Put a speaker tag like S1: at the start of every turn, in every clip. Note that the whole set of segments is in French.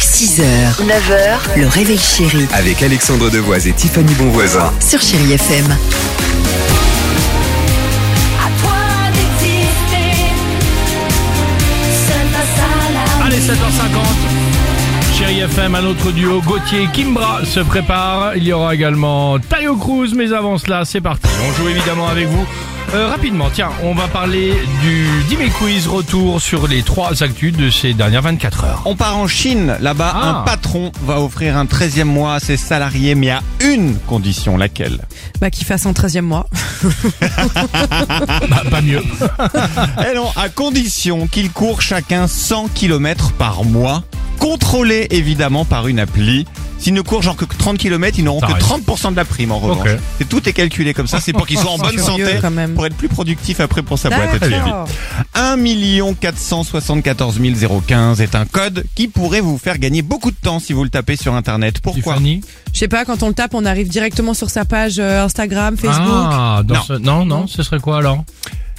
S1: 6h, 9h, le réveil chéri
S2: Avec Alexandre Devoise et Tiffany Bonvoisin.
S1: sur Chéri FM.
S3: À toi d'exister, seul face à la
S4: Allez, 7h50. Chérie FM, un autre duo, Gauthier et Kimbra se prépare. Il y aura également Tayo Cruz, mais avant cela, c'est parti. On joue évidemment avec vous. Euh, rapidement, tiens, on va parler du Dime Quiz, retour sur les trois actus de ces dernières 24 heures.
S5: On part en Chine. Là-bas,
S4: Ah.
S5: un patron va offrir un 13e mois à ses salariés, mais à une condition, laquelle
S6: Bah, qu'il fasse un 13 e mois.
S4: Bah, pas mieux.
S5: Eh non, à condition qu'ils courent chacun 100 km par mois, contrôlés évidemment par une appli. S'ils ne courent genre que 30 km, ils n'auront que
S4: T'arrêtes.
S5: 30% de la prime en revanche.
S4: Ok.
S5: C'est tout est calculé comme ça, c'est pour qu'ils soient en bonne
S6: Curieux,
S5: santé,
S6: quand même.
S5: pour être plus productifs après pour sa boîte. à Thierry.
S6: D'accord.
S5: 1 474 015 est un code qui pourrait vous faire gagner beaucoup de temps si vous le tapez sur internet. Pourquoi
S4: Tiffany
S6: Je sais pas, quand on le tape, on arrive directement sur sa page euh, Instagram, Facebook.
S4: Ah, dans
S5: Non.
S4: ce- non, non, ce serait quoi alors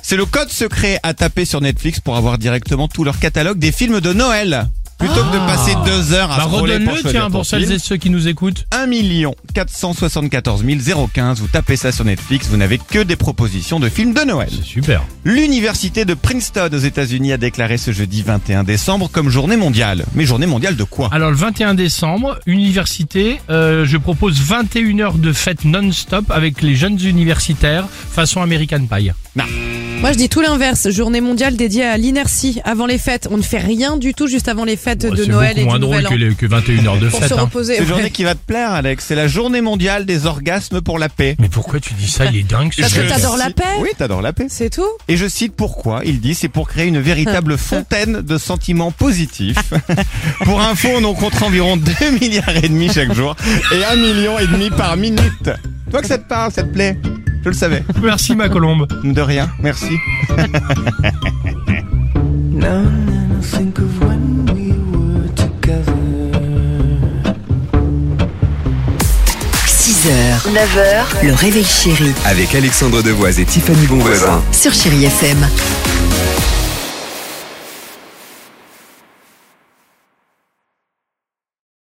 S5: C'est le code secret à taper sur Netflix pour avoir directement tout leur catalogue des films de Noël. Plutôt que de passer deux heures à
S4: Ah. Bah,
S5: Ah, scroller pour
S4: redonne-le,
S5: choisir
S4: tiens,
S5: ton
S4: pour celles
S5: film.
S4: et ceux qui nous écoutent.
S5: 1 474 015, vous tapez ça sur Netflix, vous n'avez que des propositions de films de Noël.
S4: C'est super.
S5: L'université de Princeton aux États-Unis a déclaré ce jeudi 21 décembre comme journée mondiale. Mais journée mondiale de quoi
S4: Alors le 21 décembre, université, euh, je propose 21 heures de fête non-stop avec les jeunes universitaires façon American Pie.
S6: Moi, je dis tout l'inverse. Journée mondiale dédiée à l'inertie avant les fêtes. On ne fait rien du tout juste avant les fêtes de
S4: Oh, C'est
S6: Noël et
S4: beaucoup moins
S6: du
S4: drôle
S6: Nouvel An.
S4: que, les- que 21 heures de
S6: Pour
S4: fête.
S6: se
S4: hein.
S6: reposer.
S5: C'est une
S6: ouais.
S5: journée qui va te plaire, Alex. C'est la journée mondiale des orgasmes pour la paix.
S4: Mais pourquoi tu dis ça Il est dingue. ce
S6: Parce que
S4: mec.
S6: t'adores la paix
S5: Oui, t'adores la paix.
S6: C'est tout
S5: Et je cite pourquoi, il dit, c'est pour créer une véritable fontaine de sentiments positifs. pour info, on en compte environ 2 milliards et demi chaque jour et 1 million et demi par minute. Toi que ça te parle, ça te plaît Je le savais.
S4: Merci ma colombe.
S5: De rien, merci.
S7: Now and then I think of when we were together.
S1: 6h, 9h, le réveil chéri
S2: Avec Alexandre Devoise et Tiffany Bonvoisin.
S1: sur Chéri FM.